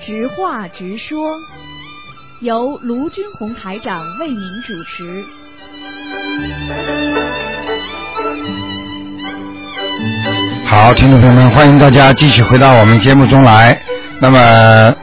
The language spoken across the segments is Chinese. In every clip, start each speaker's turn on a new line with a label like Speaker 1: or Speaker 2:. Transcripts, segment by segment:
Speaker 1: 直话直说，由卢军红台长为您主持。
Speaker 2: 好，听众朋友们，欢迎大家继续回到我们节目中来。那么，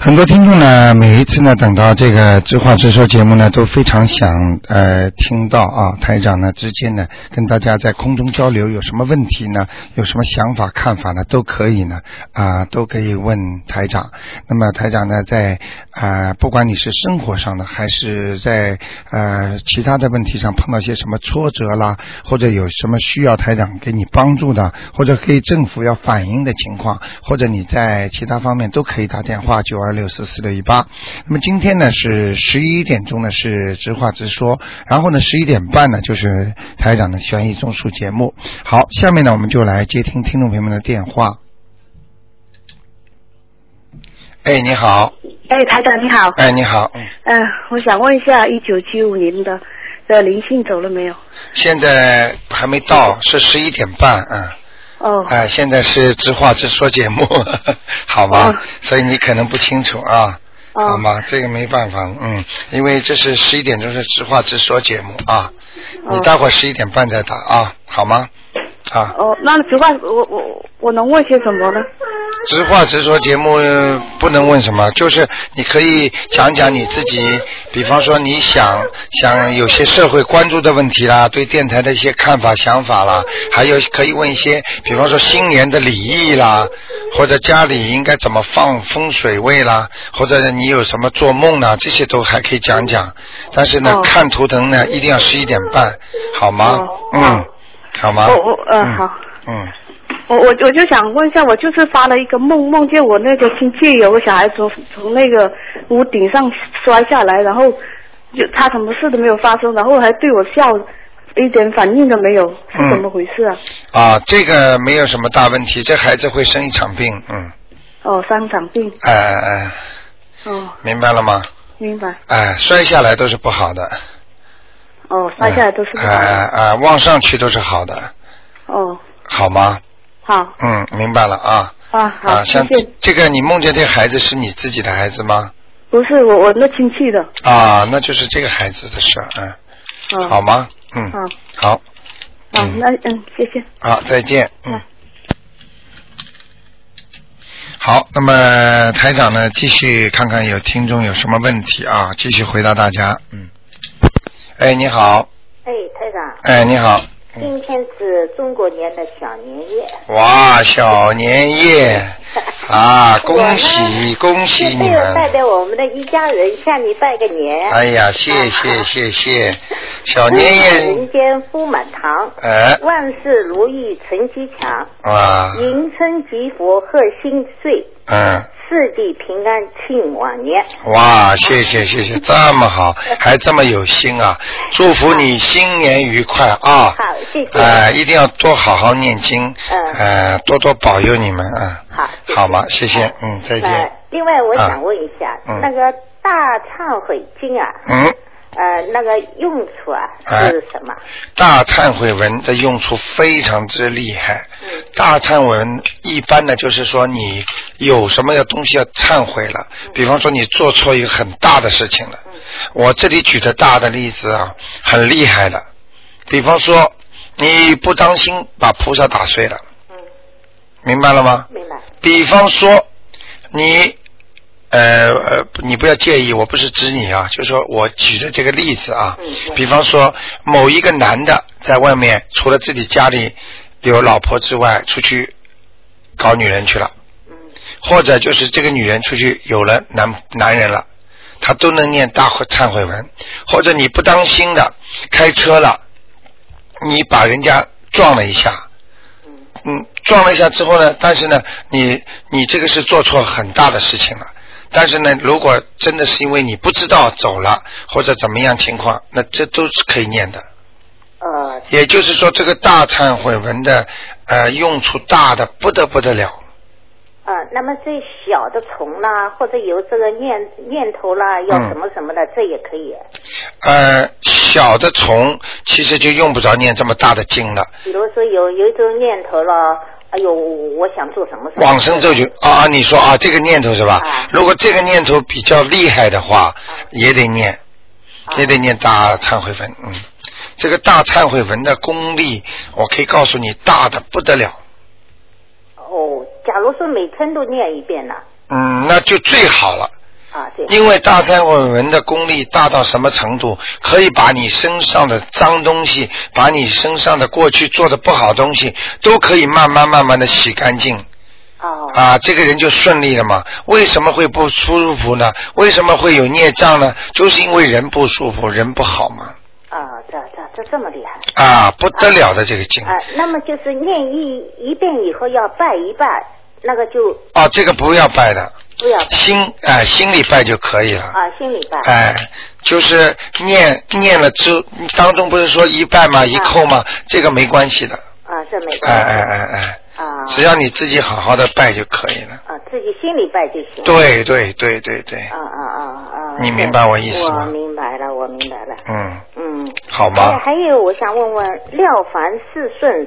Speaker 2: 很多听众呢，每一次呢，等到这个《知话直说》节目呢，都非常想呃听到啊，台长呢之间呢，跟大家在空中交流，有什么问题呢，有什么想法、看法呢，都可以呢啊、都可以问台长。那么台长呢，在啊、不管你是生活上的，还是在呃其他的问题上碰到些什么挫折啦，或者有什么需要台长给你帮助的，或者给政府要反映的情况，或者你在其他方面都可以打电话九二六四四六一八。那么今天呢是十一点钟呢是直话直说，然后呢十一点半呢就是台长的悬疑综述节目。好，下面呢我们就来接听听众朋友们的电话。哎，你好，
Speaker 3: 哎，台长你好，
Speaker 2: 哎，你好，嗯，
Speaker 3: 嗯、我想问一下，一九七五年的的灵性走了没有？
Speaker 2: 现在还没到，是十一点半，嗯。
Speaker 3: 哦，
Speaker 2: 哎，现在是直话直说节目， 好吧？
Speaker 3: 哦
Speaker 2: 所以你可能不清楚啊，好
Speaker 3: 哦，
Speaker 2: 吗？这个没办法，嗯，因为这是十一点钟是直话直说节目啊，你
Speaker 3: 哦
Speaker 2: 待会儿十一点半再打啊，好吗？啊，
Speaker 3: 哦，那此外，我我我能问些什么呢？
Speaker 2: 直话直说节目呃不能问什么，就是你可以讲讲你自己，比方说你想想有些社会关注的问题啦，对电台的一些看法想法啦，还有可以问一些，比方说新年的礼仪啦，或者家里应该怎么放风水位啦，或者你有什么做梦啦，这些都还可以讲讲。但是呢，
Speaker 3: 哦
Speaker 2: 看图腾呢一定要十一点半，好吗？
Speaker 3: 哦
Speaker 2: 嗯，好吗？
Speaker 3: 我我呃
Speaker 2: 嗯
Speaker 3: 好，
Speaker 2: 嗯。
Speaker 3: 我我我就想问一下，我就是发了一个梦，梦见我那个亲戚有个小孩从从那个屋顶上摔下来，然后就他什么事都没有发生，然后还对我笑，一点反应都没有，是怎么回事啊？
Speaker 2: 啊，这个没有什么大问题，这孩子会生一场病，嗯，
Speaker 3: 哦，三场病，
Speaker 2: 哎哎哎，
Speaker 3: 哦，
Speaker 2: 明白了吗？
Speaker 3: 明白，
Speaker 2: 哎，摔下来都是不好的，
Speaker 3: 哦，摔下来都是不好
Speaker 2: 哎哎
Speaker 3: 的，
Speaker 2: 哎，往上去都是好的，
Speaker 3: 哦，
Speaker 2: 好吗？
Speaker 3: 好
Speaker 2: 嗯，明白了啊。
Speaker 3: 啊好，
Speaker 2: 啊，
Speaker 3: 谢
Speaker 2: 像
Speaker 3: 谢。
Speaker 2: 这个，你梦见这个孩子是你自己的孩子吗？
Speaker 3: 不是我，我那亲戚的。
Speaker 2: 啊，那就是这个孩子的事儿，嗯，
Speaker 3: 嗯，
Speaker 2: 好吗？嗯，
Speaker 3: 好，
Speaker 2: 好，
Speaker 3: 好，
Speaker 2: 嗯
Speaker 3: 那嗯，谢谢。
Speaker 2: 好，再见。嗯
Speaker 3: 嗯。
Speaker 2: 好，那么台长呢，继续看看有听众有什么问题啊，继续回答大家。嗯。哎，你好，
Speaker 4: 哎，台长，
Speaker 2: 哎，你好，
Speaker 4: 今天是中国年的小年夜，
Speaker 2: 哇，小年夜啊，恭
Speaker 4: 我
Speaker 2: 喜
Speaker 4: 呢
Speaker 2: 恭喜
Speaker 4: 是
Speaker 2: 你
Speaker 4: 没有代
Speaker 2: 们！
Speaker 4: 表我们的一家人向你拜个年。
Speaker 2: 哎呀，谢谢谢谢，小年 夜
Speaker 4: 人，间福满堂，
Speaker 2: 哎，
Speaker 4: 万事如意成吉祥，
Speaker 2: 哇，
Speaker 4: 迎春吉福贺新岁，
Speaker 2: 嗯。
Speaker 4: 四季平安庆晚年。
Speaker 2: 哇，谢谢谢 谢，这么好，还这么有心啊！祝福你新年愉快啊！
Speaker 4: 好谢谢
Speaker 2: 呃，一定要多好好念经，
Speaker 4: 嗯
Speaker 2: 呃，多多保佑你们啊！
Speaker 4: 好谢谢
Speaker 2: 好吧，谢谢，嗯，再
Speaker 4: 呃
Speaker 2: 见，，
Speaker 4: 另外我
Speaker 2: 啊
Speaker 4: 想问一下，
Speaker 2: 嗯
Speaker 4: 那个大忏悔经啊，
Speaker 2: 嗯，
Speaker 4: 呃，那个用处啊
Speaker 2: 哎
Speaker 4: 是什么？
Speaker 2: 大忏悔文的用处非常之厉害。
Speaker 4: 嗯
Speaker 2: 大忏悔文一般呢，就是说你有什么要东西要忏悔了，比方说你做错一个很大的事情了。我这里举的大的例子啊，很厉害的，比方说你不当心把菩萨打碎了，
Speaker 4: 嗯，
Speaker 2: 明白了吗？
Speaker 4: 明白。
Speaker 2: 比方说，你，呃呃，你不要介意，我不是指你啊，就说我举的这个例子啊
Speaker 4: 嗯，嗯
Speaker 2: 比方说某一个男的在外面，除了自己家里有老婆之外，出去搞女人去了，
Speaker 4: 嗯
Speaker 2: 或者就是这个女人出去有了男男人了，她都能念大悔忏悔文，或者你不当心的开车了，你把人家撞了一下，
Speaker 4: 嗯
Speaker 2: 嗯，撞了一下之后呢，但是呢，你你这个是做错很大的事情了。但是呢，如果真的是因为你不知道走了或者怎么样情况，那这都是可以念的。
Speaker 4: 呃，
Speaker 2: 也就是说，这个大忏悔文的呃用处大的不得不得了。
Speaker 4: 呃，那么这小的虫啦，或者有这个念念头啦，要
Speaker 2: 嗯
Speaker 4: 什么什么的，这也可以。
Speaker 2: 呃，小的虫其实就用不着念这么大的经了。
Speaker 4: 比如说有有一种念头了，哎呦，我想做什么事？
Speaker 2: 往生咒就啊，你说啊，这个念头是吧
Speaker 4: 啊？
Speaker 2: 如果这个念头比较厉害的话，也得念，
Speaker 4: 啊
Speaker 2: 也得念大忏悔文。嗯，这个大忏悔文的功力，我可以告诉你，大的不得了。
Speaker 4: 哦，假如说每天都念一遍呢？
Speaker 2: 嗯，那就最好了。
Speaker 4: 啊，对，
Speaker 2: 因为大忏悔文的功力大到什么程度，可以把你身上的脏东西，把你身上的过去做的不好东西，都可以慢慢慢慢的洗干净
Speaker 4: 哦，
Speaker 2: 啊，这个人就顺利了嘛。为什么会不舒服呢？为什么会有孽障呢？就是因为人不舒服，人不好嘛。
Speaker 4: 啊，这这这这么厉害
Speaker 2: 啊，不得了的这个经
Speaker 4: 啊！那么就是念一一遍以后要拜一拜，那个就
Speaker 2: 哦，这个不要拜的，
Speaker 4: 不要拜
Speaker 2: 心哎、心里拜就可以了。
Speaker 4: 啊，心里拜。
Speaker 2: 哎，就是念念了之当中不是说一拜嘛，一扣嘛，这个没关系的。
Speaker 4: 啊，这没
Speaker 2: 哎
Speaker 4: 关
Speaker 2: 哎
Speaker 4: 系
Speaker 2: 哎哎，
Speaker 4: 啊
Speaker 2: 只要你自己好好的拜就可以了。
Speaker 4: 啊，自己心里拜就行。
Speaker 2: 对对对对对
Speaker 4: 啊，，啊啊啊！
Speaker 2: 你明白我意思吗
Speaker 4: 我明白了，我明白了。
Speaker 2: 嗯，
Speaker 4: 嗯，
Speaker 2: 好
Speaker 4: 哎，
Speaker 2: 吗？
Speaker 4: 还有，我想问问《廖凡四顺》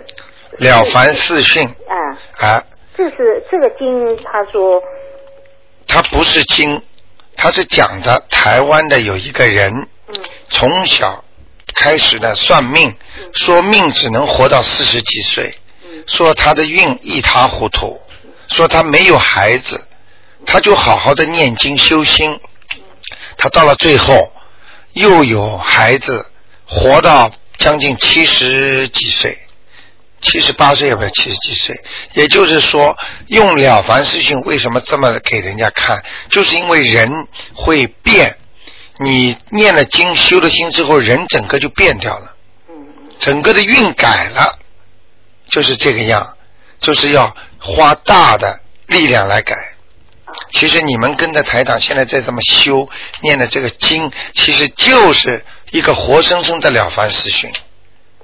Speaker 2: 了凡四训
Speaker 4: 啊，
Speaker 2: 啊，
Speaker 4: 这是这个经，他说
Speaker 2: 它不是经，它是讲的台湾的有一个人
Speaker 4: 嗯，
Speaker 2: 从小开始呢算命，说命只能活到四十几岁，说他的运一塌糊涂，说他没有孩子，他就好好的念经修心，他到了最后又有孩子，活到将近七十几岁。七十八岁要不要七十几岁？也就是说，用了凡四训为什么这么给人家看？就是因为人会变，你念了经、修了心之后，人整个就变掉了，
Speaker 4: 嗯
Speaker 2: 整个的运改了，就是这个样，就是要花大的力量来改。其实你们跟着台长现在在这么修念的这个经，其实就是一个活生生的了凡四训。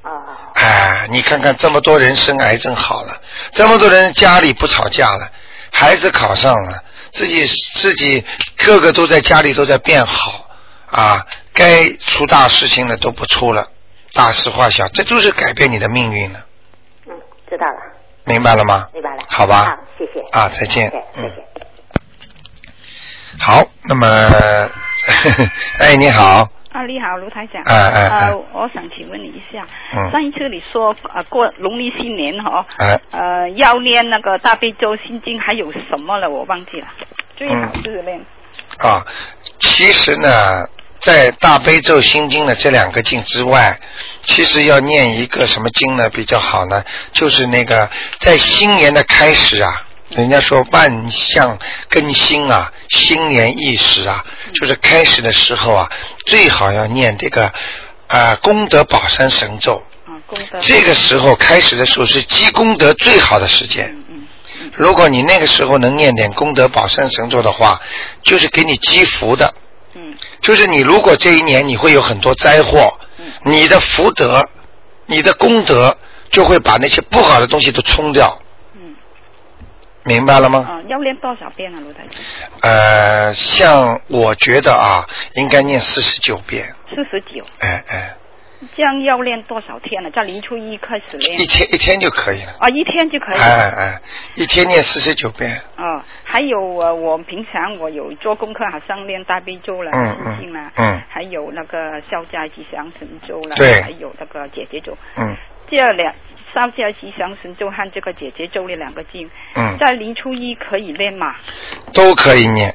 Speaker 4: 啊
Speaker 2: 哎，你看看这么多人生癌症好了，这么多人家里不吵架了，孩子考上了，自己自己个个都在家里都在变好啊，该出大事情的都不出了，大事化小，这就是改变你的命运了，
Speaker 4: 嗯，知道了，
Speaker 2: 明白了吗？
Speaker 4: 明白了。
Speaker 2: 好吧
Speaker 4: 好，谢谢。
Speaker 2: 啊，再见
Speaker 4: 谢谢，，谢
Speaker 2: 嗯，
Speaker 4: 谢。
Speaker 2: 好，那么， 哎，你好，
Speaker 5: 啊，你好，卢台长。
Speaker 2: 哎哎哎
Speaker 5: 呃，我想请问你一下，
Speaker 2: 嗯
Speaker 5: 上一次你说呃过农历新年哈、
Speaker 2: 哎，
Speaker 5: 呃要念那个大悲咒心经，还有什么了？我忘记了。最好是念、
Speaker 2: 啊，其实呢，在大悲咒心经的这两个经之外，其实要念一个什么经呢比较好呢？就是那个在新年的开始啊，人家说万象更新啊，新年伊始啊，就是开始的时候啊，最好要念这个啊、功德宝山神咒。
Speaker 5: 啊功德。
Speaker 2: 这个时候开始的时候是积功德最好的时间。
Speaker 5: 嗯嗯
Speaker 2: 如果你那个时候能念点功德宝山神咒的话，就是给你积福的。
Speaker 5: 嗯
Speaker 2: 就是你如果这一年你会有很多灾祸，
Speaker 5: 嗯
Speaker 2: 你的福德、你的功德就会把那些不好的东西都冲掉，
Speaker 5: 嗯
Speaker 2: 明白了吗？
Speaker 5: 啊，要念多少遍啊，卢台长？
Speaker 2: 呃，像我觉得啊，应该念四十九遍，
Speaker 5: 四十九，
Speaker 2: 哎哎，
Speaker 5: 这样要念多少天啊呢？在临初一开始
Speaker 2: 一
Speaker 5: 念。
Speaker 2: 天一天就可以了，
Speaker 5: 啊，一天就可以
Speaker 2: 哎
Speaker 5: 了。
Speaker 2: 哎哎，一天念四十九遍，
Speaker 5: 哦，还有呃，我平常我有做功课，好像练大悲咒了、
Speaker 2: 嗯
Speaker 5: 心经啦，
Speaker 2: 嗯嗯
Speaker 5: 还有那个消灾吉祥神咒啦，
Speaker 2: 对
Speaker 5: 还有那个姐姐咒，
Speaker 2: 嗯
Speaker 5: 这两消灾吉祥神咒和这个姐姐咒这两个经，
Speaker 2: 嗯，
Speaker 5: 在临初一可以练嘛？
Speaker 2: 都可以念。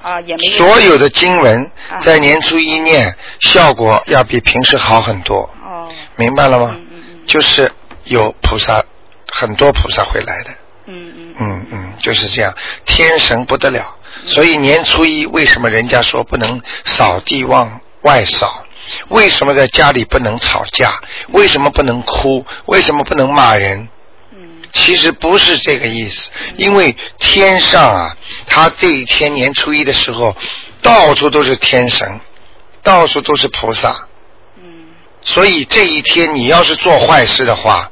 Speaker 5: 啊、也没
Speaker 2: 所有的经文
Speaker 5: 啊
Speaker 2: 在年初一念，效果要比平时好很多，
Speaker 5: 哦，
Speaker 2: 明白了吗？
Speaker 5: 嗯嗯
Speaker 2: 就是有菩萨，很多菩萨会来的。
Speaker 5: 嗯嗯嗯，
Speaker 2: 嗯嗯，就是这样，天神不得了。所以年初一为什么人家说不能扫地往外扫？为什么在家里不能吵架？为什么不能哭？为什么不能骂人？
Speaker 5: 嗯
Speaker 2: 其实不是这个意思，因为天上啊，他这一天年初一的时候，到处都是天神，到处都是菩萨。
Speaker 5: 嗯
Speaker 2: 所以这一天你要是做坏事的话，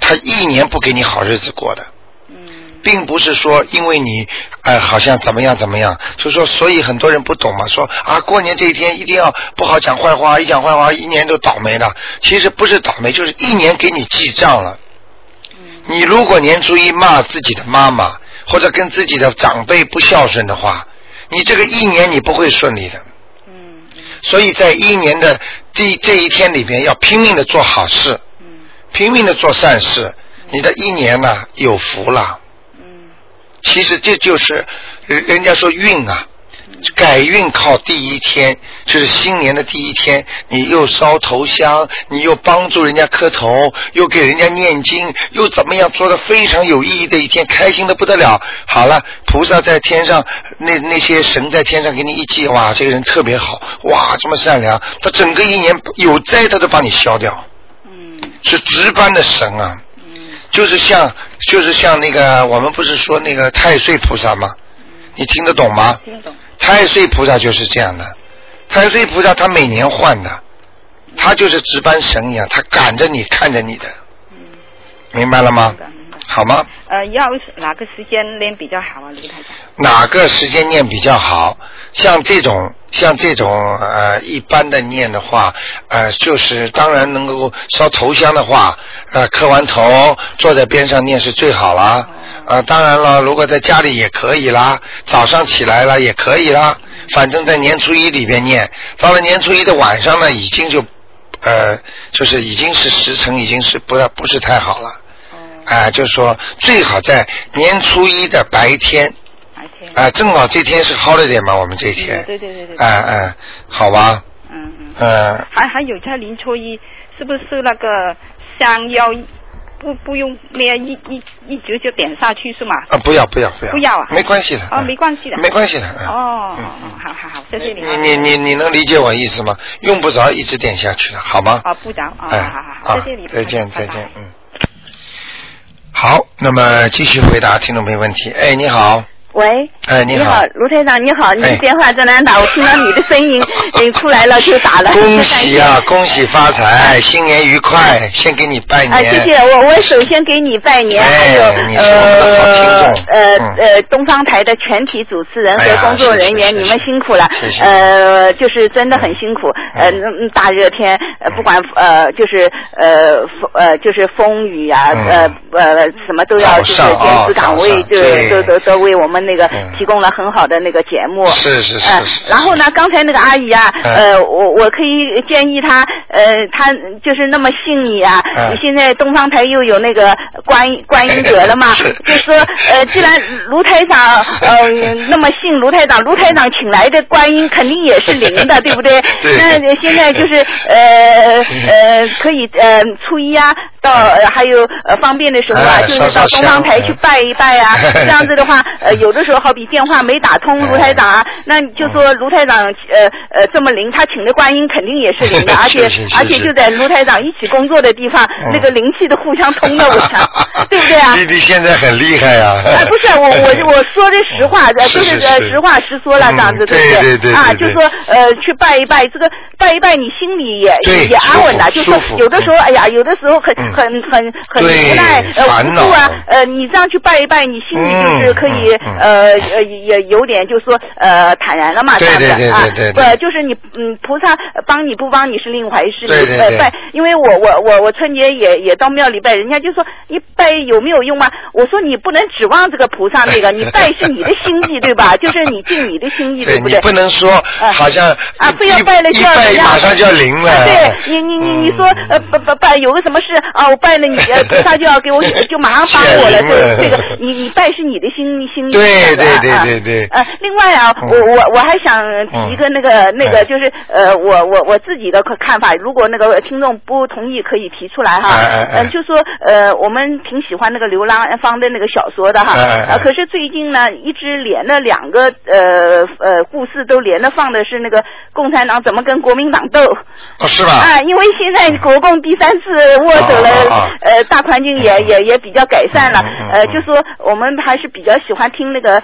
Speaker 2: 他一年不给你好日子过的，
Speaker 5: 嗯
Speaker 2: 并不是说因为你呃好像怎么样怎么样，就说所以很多人不懂嘛，说啊过年这一天一定要不好讲坏话，一讲坏话一年都倒霉了。其实不是倒霉，就是一年给你记账了。
Speaker 5: 嗯
Speaker 2: 你如果年初一骂自己的妈妈或者跟自己的长辈不孝顺的话，你这个一年你不会顺利的。
Speaker 5: 嗯
Speaker 2: 所以在一年的第这一天里边，要拼命的做好事，
Speaker 5: 嗯
Speaker 2: 拼命的做善事，你的一年呢、有福了。
Speaker 5: 嗯
Speaker 2: 其实这就是人人家说运啊，改运靠第一天，就是新年的第一天，你又烧头香，你又帮助人家磕头，又给人家念经，又怎么样做的非常有意义的一天，开心的不得了。好了，菩萨在天上，那那些神在天上给你一记，哇，这个人特别好，哇，这么善良，他整个一年有灾他都把你消掉，
Speaker 5: 嗯
Speaker 2: 是值班的神啊。
Speaker 5: 嗯
Speaker 2: 就是像就是像那个我们不是说那个太岁菩萨吗？你听得懂吗？
Speaker 5: 听懂
Speaker 2: 太岁菩萨就是这样的，太岁菩萨他每年换的，他就是值班神一样，他赶着你看着你的，
Speaker 5: 嗯
Speaker 2: 明白了吗
Speaker 5: 明？白明白。
Speaker 2: 好吗？
Speaker 5: 呃，要哪个时间练比较好啊，卢台长？
Speaker 2: 哪个时间念比较好？像这种像这种呃一般的念的话，呃就是当然能够烧头香的话，呃磕完头坐在边上念是最好啦。呃，当然了，如果在家里也可以啦，早上起来了也可以啦，反正在年初一里边念，到了年初一的晚上呢，已经就呃就是已经是时辰已经是不不是太好了，
Speaker 5: 哦，
Speaker 2: 啊、就是说最好在年初一的白天。
Speaker 5: 白天。
Speaker 2: 啊、正好这天是 holiday 嘛，我们这一天。
Speaker 5: 嗯对对对对
Speaker 2: 哎哎、好吧，
Speaker 5: 嗯嗯。
Speaker 2: 嗯、
Speaker 5: 还还有在年初一，是不是那个香要不不用捏一一一直就点下去是吗？
Speaker 2: 啊，不要不要不要。
Speaker 5: 不要啊
Speaker 2: 没关系的。
Speaker 5: 哦
Speaker 2: 嗯
Speaker 5: 没关系的
Speaker 2: 没关系的。嗯、
Speaker 5: 哦，
Speaker 2: 嗯嗯
Speaker 5: 好好好，谢谢你啊。
Speaker 2: 你你你能理解我意思吗？用不着一直点下去的，好吗？
Speaker 5: 啊，部长啊，
Speaker 2: 哎
Speaker 5: 好好好，
Speaker 2: 啊
Speaker 5: 谢谢你，
Speaker 2: 再见
Speaker 5: 拜
Speaker 2: 再
Speaker 5: 拜
Speaker 2: 见，嗯。好，那么继续回答听众朋友问题。哎，你好，
Speaker 6: 喂，
Speaker 2: 哎，你
Speaker 6: 好，卢台长，你好，你
Speaker 2: 哎
Speaker 6: 的电话在哪打？我听到你的 声音，你出来了就打了，
Speaker 2: 恭喜 啊，
Speaker 6: 就感谢！
Speaker 2: 恭喜发财，新年愉快，先给你拜
Speaker 6: 啊，
Speaker 2: 年。
Speaker 6: 谢谢我，我首先给你拜年，
Speaker 2: 哎
Speaker 6: 还有
Speaker 2: 你是我们的好
Speaker 6: 呃
Speaker 2: 听众
Speaker 6: 呃
Speaker 2: 嗯
Speaker 6: 呃，东方台的全体主持人
Speaker 2: 哎呀
Speaker 6: 和工作人员，
Speaker 2: 是是是
Speaker 6: 你们辛苦了
Speaker 2: 是，是
Speaker 6: 呃，就是真的很辛苦，呃，
Speaker 2: 嗯
Speaker 6: 嗯大热天，呃，不管呃，就是呃风呃，就是风雨啊，
Speaker 2: 嗯
Speaker 6: 呃呃，什么都要就是
Speaker 2: 早上
Speaker 6: 坚
Speaker 2: 哦
Speaker 6: 持岗
Speaker 2: 早
Speaker 6: 位，
Speaker 2: 上对
Speaker 6: 对，都都都为我们那个
Speaker 2: 嗯
Speaker 6: 提供了很好的那个节目，
Speaker 2: 是是
Speaker 6: 呃
Speaker 2: 是是。
Speaker 6: 然后呢，刚才那个阿姨啊，
Speaker 2: 嗯
Speaker 6: 呃，我我可以建议她，呃，她就是那么信你啊。
Speaker 2: 嗯
Speaker 6: 你现在东方台又有那个观观音阁了嘛
Speaker 2: 哎是，
Speaker 6: 就说呃，既然卢台长 呃那么信卢台长，卢台长请来的观音肯定也是灵 的，对不对？
Speaker 2: 对嗯
Speaker 6: 那现 在就是呃呃，可以呃初一啊，到呃还有呃方便的时候啊，
Speaker 2: 哎
Speaker 6: 就
Speaker 2: 烧
Speaker 6: 是
Speaker 2: 烧
Speaker 6: 到
Speaker 2: 香
Speaker 6: 东方台去
Speaker 2: 嗯。
Speaker 6: 拜一拜啊 这样子的话，呃，有的时候好比电话没打通，
Speaker 2: 哎
Speaker 6: 卢台长啊，那你就说卢台长呃呃这么灵，他请的观音肯定也是 灵的，而且
Speaker 2: 是是是哦
Speaker 6: 而且就在卢台长一起工作的地方，那个灵气都互相通的，我 想，对不对啊？
Speaker 2: 弟弟现在很厉害啊！
Speaker 6: 哎，不是我 我我说的实话，呃
Speaker 2: 哦是
Speaker 6: 就是呃
Speaker 2: 是
Speaker 6: 实话实说了，
Speaker 2: 嗯
Speaker 6: 这样子
Speaker 2: 对
Speaker 6: 不
Speaker 2: 对对
Speaker 6: 啊，
Speaker 2: 对
Speaker 6: 就
Speaker 2: 对
Speaker 6: 说呃去拜一拜，这个拜一拜，你心里也
Speaker 2: 对
Speaker 6: 也也安稳了。
Speaker 2: 舒
Speaker 6: 就
Speaker 2: 服
Speaker 6: 说
Speaker 2: 舒服
Speaker 6: 有的时候，哎呀，有的时候很
Speaker 2: 嗯
Speaker 6: 很很很
Speaker 2: 对
Speaker 6: 无奈呃
Speaker 2: 烦
Speaker 6: 无
Speaker 2: 恼
Speaker 6: 助啊，呃，你这样去拜一拜，你心里就是可以
Speaker 2: 嗯嗯嗯
Speaker 6: 呃呃也有点就说呃坦然了嘛，这
Speaker 2: 对
Speaker 6: 样子
Speaker 2: 对对
Speaker 6: 啊
Speaker 2: 对对，对
Speaker 6: 呃，就是你嗯菩萨帮你不帮你是另一回事，
Speaker 2: 对
Speaker 6: 你
Speaker 2: 对
Speaker 6: 呃
Speaker 2: 对
Speaker 6: 拜 因为我我我我春节也也到庙里拜，人家就说你拜有没有用啊？我说你不能指望这个菩萨那个，你拜是你的心意对吧？就是你尽你的心意
Speaker 2: 对
Speaker 6: 不
Speaker 2: 你
Speaker 6: 对？
Speaker 2: 不能说
Speaker 6: 哎
Speaker 2: 好像
Speaker 6: 啊
Speaker 2: 一，
Speaker 6: 非要拜了
Speaker 2: 一
Speaker 6: 就要
Speaker 2: 拜
Speaker 6: 怎样
Speaker 2: 马上就要灵了。
Speaker 6: 啊对你你你你说
Speaker 2: 嗯
Speaker 6: 呃不不拜有个什么事啊？我拜了你，呃菩萨就要给我就马上帮我了。
Speaker 2: 显灵了
Speaker 6: 这这个你你拜是你的心心 意。
Speaker 2: 对
Speaker 6: 这样
Speaker 2: 对
Speaker 6: 子啊
Speaker 2: 对对对
Speaker 6: 啊呃，另外啊，
Speaker 2: 嗯
Speaker 6: 我我我还想提一个那个那
Speaker 2: 哎
Speaker 6: 个就是呃我我我自己的看法，如果那个听众不同意可以提出来哈
Speaker 2: 哎哎。哎
Speaker 6: 嗯，就说呃我们挺喜欢那个刘兰芳的那个小说的哈。
Speaker 2: 哎哎哎
Speaker 6: 啊，可是最近呢，一直连了两个呃呃故事都连着放的是那个共产党怎么跟国民党斗。
Speaker 2: 哦是吧？
Speaker 6: 啊，因为现在国共第三次握手了，
Speaker 2: 啊啊啊
Speaker 6: 呃，大环境也、也也比较改善了，
Speaker 2: 嗯嗯嗯
Speaker 6: 呃，就说我们还是比较喜欢听那个。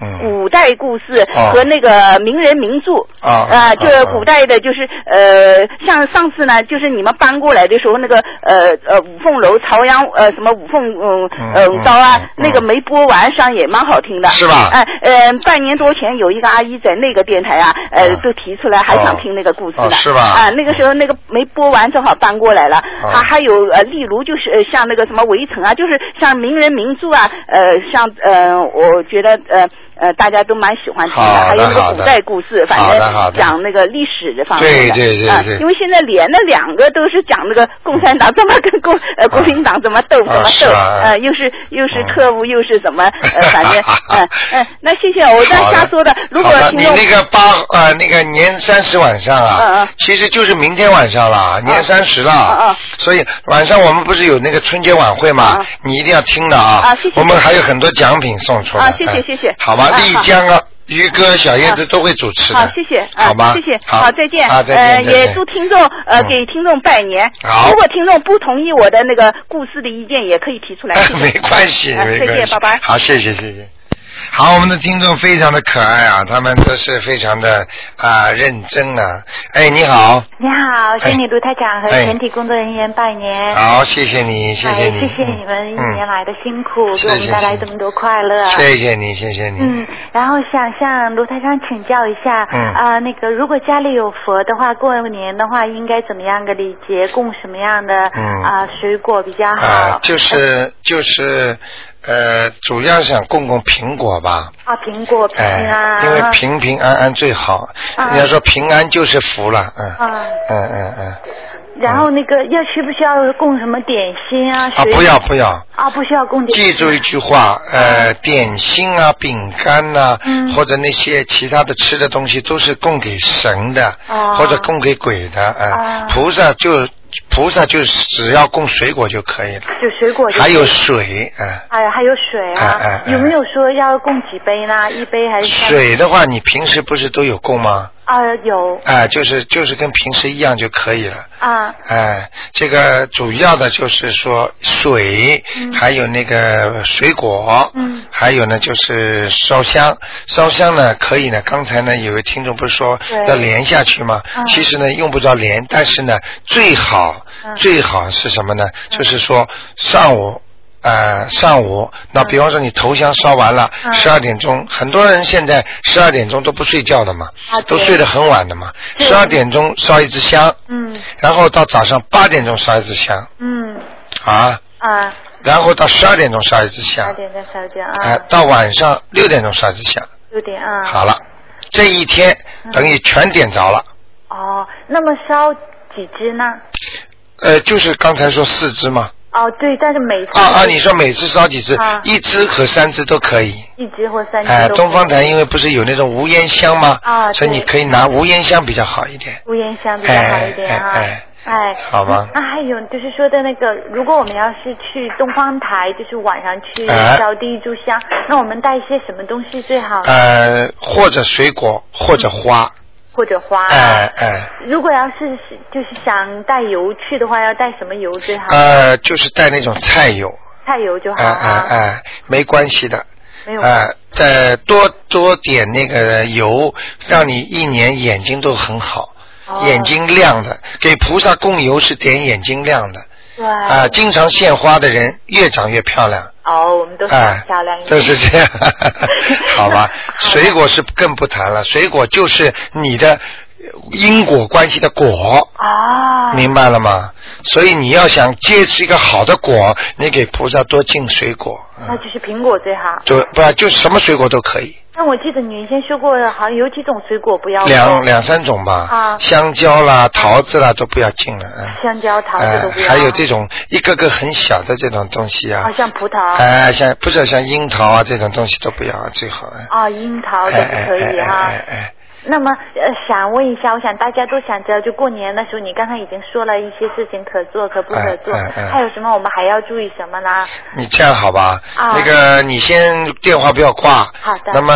Speaker 2: 嗯
Speaker 6: 古代故事
Speaker 2: 哦
Speaker 6: 和那个名人名著。
Speaker 2: 啊
Speaker 6: 呃，就是古
Speaker 2: 代
Speaker 6: 代的，就是呃，像上次呢，就是你们搬过来的时候，那个呃呃五凤楼朝阳呃什么五凤嗯
Speaker 2: 嗯
Speaker 6: 呃
Speaker 2: 嗯
Speaker 6: 刀啊
Speaker 2: 嗯，啊
Speaker 6: 那个
Speaker 2: 嗯
Speaker 6: 没播完，上也蛮好听的。
Speaker 2: 是吧
Speaker 6: 哎呃，半年多前有一个阿姨在那个电台啊，呃
Speaker 2: 啊
Speaker 6: 都提出来，还想
Speaker 2: 哦
Speaker 6: 听那个故事
Speaker 2: 哦
Speaker 6: 呢。
Speaker 2: 是吧
Speaker 6: 啊，那个时候那个没播完，正好搬过来了。
Speaker 2: 哦
Speaker 6: 还还有呃，例如就是呃像那个什么围城啊，就是像名人名著啊，呃像呃我觉得呃呃大家都蛮喜欢听的，
Speaker 2: 好
Speaker 6: 还有
Speaker 2: 的
Speaker 6: 那个
Speaker 2: 好
Speaker 6: 古
Speaker 2: 的
Speaker 6: 代故事，反
Speaker 2: 好的好
Speaker 6: 正
Speaker 2: 的
Speaker 6: 讲那个历史这方面的，
Speaker 2: 对对对
Speaker 6: 啊
Speaker 2: 对
Speaker 6: 因为现在连了两个都是讲那个共产党怎么跟共呃国民党怎么斗怎
Speaker 2: 啊
Speaker 6: 么
Speaker 2: 是
Speaker 6: 斗，
Speaker 2: 啊
Speaker 6: 呃又是又是
Speaker 2: 嗯
Speaker 6: 特务又是怎么呃反 正嗯嗯，那谢谢我在
Speaker 2: 好的
Speaker 6: 瞎说的，如果
Speaker 2: 好的
Speaker 6: 听
Speaker 2: 你
Speaker 6: 众
Speaker 2: 那个八呃那个年三十晚上
Speaker 6: 嗯
Speaker 2: 啊
Speaker 6: 嗯，
Speaker 2: 其实就是明天晚上啦，年三十
Speaker 6: 嗯
Speaker 2: 啦
Speaker 6: 嗯，
Speaker 2: 所以晚上我们不是有那个春节晚会嘛
Speaker 6: 嗯嗯，
Speaker 2: 你一定要听的
Speaker 6: 啊
Speaker 2: 啊
Speaker 6: 谢谢，
Speaker 2: 我们还有很多奖品送出来，
Speaker 6: 啊谢谢
Speaker 2: 哎
Speaker 6: 谢谢
Speaker 2: 好吧，
Speaker 6: 啊
Speaker 2: 丽
Speaker 6: 好
Speaker 2: 江啊。于哥、小叶子都会主持的，
Speaker 6: 嗯好，谢谢，啊
Speaker 2: 好吗？
Speaker 6: 谢谢，
Speaker 2: 好，
Speaker 6: 再见，
Speaker 2: 啊，再见，
Speaker 6: 呃，
Speaker 2: 再
Speaker 6: 也
Speaker 2: 见
Speaker 6: 祝听众呃
Speaker 2: 嗯
Speaker 6: 给听众拜年。
Speaker 2: 好
Speaker 6: 如果听众不同意我的那个故事的意见，也可以提出来。谢谢
Speaker 2: 哎没 关系，
Speaker 6: 啊
Speaker 2: 没
Speaker 6: 再
Speaker 2: 关系。
Speaker 6: 见，拜拜。
Speaker 2: 好，谢谢，谢谢。好，我们的听众非常的可爱啊，他们都是非常的啊、认真啊。哎，你好，
Speaker 7: 你好，仙女卢台长和
Speaker 2: 哎
Speaker 7: 全体工作人员拜年。
Speaker 2: 好，谢谢你，谢
Speaker 7: 哎
Speaker 2: 你，
Speaker 7: 谢谢你们一年来的辛苦，
Speaker 2: 嗯
Speaker 7: 给我们带来这么多快乐。啊
Speaker 2: 嗯谢谢你，谢谢你。
Speaker 7: 嗯，然后想向卢台长请教一下，
Speaker 2: 嗯
Speaker 7: 啊、那个如果家里有佛的话，过年的话应该怎么样个礼节，供什么样的啊、
Speaker 2: 嗯
Speaker 7: 水果比较
Speaker 2: 啊、
Speaker 7: 好？
Speaker 2: 就是就是，呃，主要想供供苹果吧，
Speaker 7: 啊，苹果、平
Speaker 2: 哎，
Speaker 7: 啊，
Speaker 2: 因为平平安安最好。
Speaker 7: 啊
Speaker 2: 人家说平安就是福了，嗯，
Speaker 7: 啊，
Speaker 2: 嗯嗯嗯，
Speaker 7: 然后那个要需不需要供什么点心啊？
Speaker 2: 啊，
Speaker 7: 水
Speaker 2: 不要不要，
Speaker 7: 啊，不需要供点
Speaker 2: 记
Speaker 7: 心。
Speaker 2: 住一句话，呃，点心啊、饼干呐、
Speaker 7: 嗯
Speaker 2: 或者那些其他的吃的东西，都是供给神的，
Speaker 7: 哦
Speaker 2: 或者供给鬼的，啊、
Speaker 7: 啊
Speaker 2: 菩萨就菩萨就只要供水果就可以了，
Speaker 7: 就水果就
Speaker 2: 还有水，啊、
Speaker 7: 哎，还有水啊，
Speaker 2: 哎哎哎
Speaker 7: 有没有说要供几杯呢？一杯还是三杯？
Speaker 2: 水的话，你平时不是都有供吗？
Speaker 7: 啊，有
Speaker 2: 啊、就是就是跟平时一样就可以了。
Speaker 7: 啊，
Speaker 2: 哎、这个主要的就是说水，
Speaker 7: 嗯
Speaker 2: 还有那个水果，
Speaker 7: 嗯
Speaker 2: 还有呢就是烧香。烧香呢可以呢，刚才呢有位听众不是说
Speaker 7: 对
Speaker 2: 要连下去吗？
Speaker 7: 嗯
Speaker 2: 其实呢用不着连，但是呢最好、
Speaker 7: 嗯
Speaker 2: 最好是什么呢？就是说上午。呃，上午，那比方说你头香烧完了，
Speaker 7: 嗯
Speaker 2: 十二、点钟，很多人现在十二点钟都不睡觉的嘛，
Speaker 7: 啊
Speaker 2: 都
Speaker 7: 对
Speaker 2: 睡得很晚的嘛。
Speaker 7: 对
Speaker 2: 十二点钟烧一支香，
Speaker 7: 嗯
Speaker 2: 然后到早上八点钟烧一支香
Speaker 7: 嗯
Speaker 2: 啊，
Speaker 7: 啊，
Speaker 2: 然后到十二点钟烧一支
Speaker 7: 八
Speaker 2: 香，
Speaker 7: 点到十点
Speaker 2: 哎、
Speaker 7: 啊，
Speaker 2: 到晚上六点钟烧一支香，
Speaker 7: 六点啊。嗯
Speaker 2: 好了，这一天等于全点着了。
Speaker 7: 哦，那么烧几支呢？
Speaker 2: 呃，就是刚才说四支嘛，
Speaker 7: 哦，对，但是每次
Speaker 2: 啊啊，你说每次烧几支
Speaker 7: 嗯啊？
Speaker 2: 一支和三支都可以。
Speaker 7: 一支或三支
Speaker 2: 哎，
Speaker 7: 都
Speaker 2: 东方
Speaker 7: 可以
Speaker 2: 台因为不是有那种无烟香吗？
Speaker 7: 啊
Speaker 2: 所以
Speaker 7: 对
Speaker 2: 你可以拿无烟香比较好一点。
Speaker 7: 无烟香比较好一点啊。
Speaker 2: 哎哎
Speaker 7: 哎，
Speaker 2: 好吧
Speaker 7: 那还有就是说的那个，如果我们要是去东方台，就是晚上去
Speaker 2: 哎
Speaker 7: 烧第一炷香，那我们带一些什么东西最好？
Speaker 2: 呃，或者水果，或者花，
Speaker 7: 或者花啊？
Speaker 2: 哎哎，
Speaker 7: 如果要是是就是想带油去的话，要带什么油最好？
Speaker 2: 呃，就是带那种菜油。
Speaker 7: 菜油就好
Speaker 2: 哎哎
Speaker 7: 啊，
Speaker 2: 哎，没关系的。
Speaker 7: 没有
Speaker 2: 哎、再多多点那个油，让你一年眼睛都很好，
Speaker 7: 哦
Speaker 2: 眼睛亮的。给菩萨供油是点眼睛亮的。
Speaker 7: 对
Speaker 2: 啊、经常献花的人越长越漂亮。
Speaker 7: 哦，我们都想
Speaker 2: 哎，
Speaker 7: 漂亮一点，
Speaker 2: 都是这 样，好吧？
Speaker 7: 好的
Speaker 2: 水果是更不谈了，水果就是你的因果关系的果。
Speaker 7: 啊，
Speaker 2: 明白了吗？所以你要想结出一个好的果，你给菩萨多进水果。嗯
Speaker 7: 那就是苹果最好。
Speaker 2: 就不就什么水果都可以，
Speaker 7: 但我记得你原先说过，好像有几种水果不要
Speaker 2: 两
Speaker 7: 碰
Speaker 2: 两三种吧，
Speaker 7: 哦啊
Speaker 2: 香蕉啦、桃子啦都不要进了，嗯
Speaker 7: 香蕉、桃子
Speaker 2: 呃
Speaker 7: 都不要，
Speaker 2: 还有这种一个个很小的这种东西啊
Speaker 7: 啊，，像葡萄
Speaker 2: 哎、像不是像樱桃啊这种东西都不要，最好，哎
Speaker 7: 啊、樱桃都
Speaker 2: 哎
Speaker 7: 不可以哈
Speaker 2: 哎哎。哎
Speaker 7: 那么呃，想问一下，我想大家都想知道，就过年的时候，你刚才已经说了一些事情可做可不可做，
Speaker 2: 哎哎哎
Speaker 7: 还有什么我们还要注意什么呢？
Speaker 2: 哎你这样好吧？
Speaker 7: 啊
Speaker 2: 那个你先电话不要挂，
Speaker 7: 好的
Speaker 2: 那么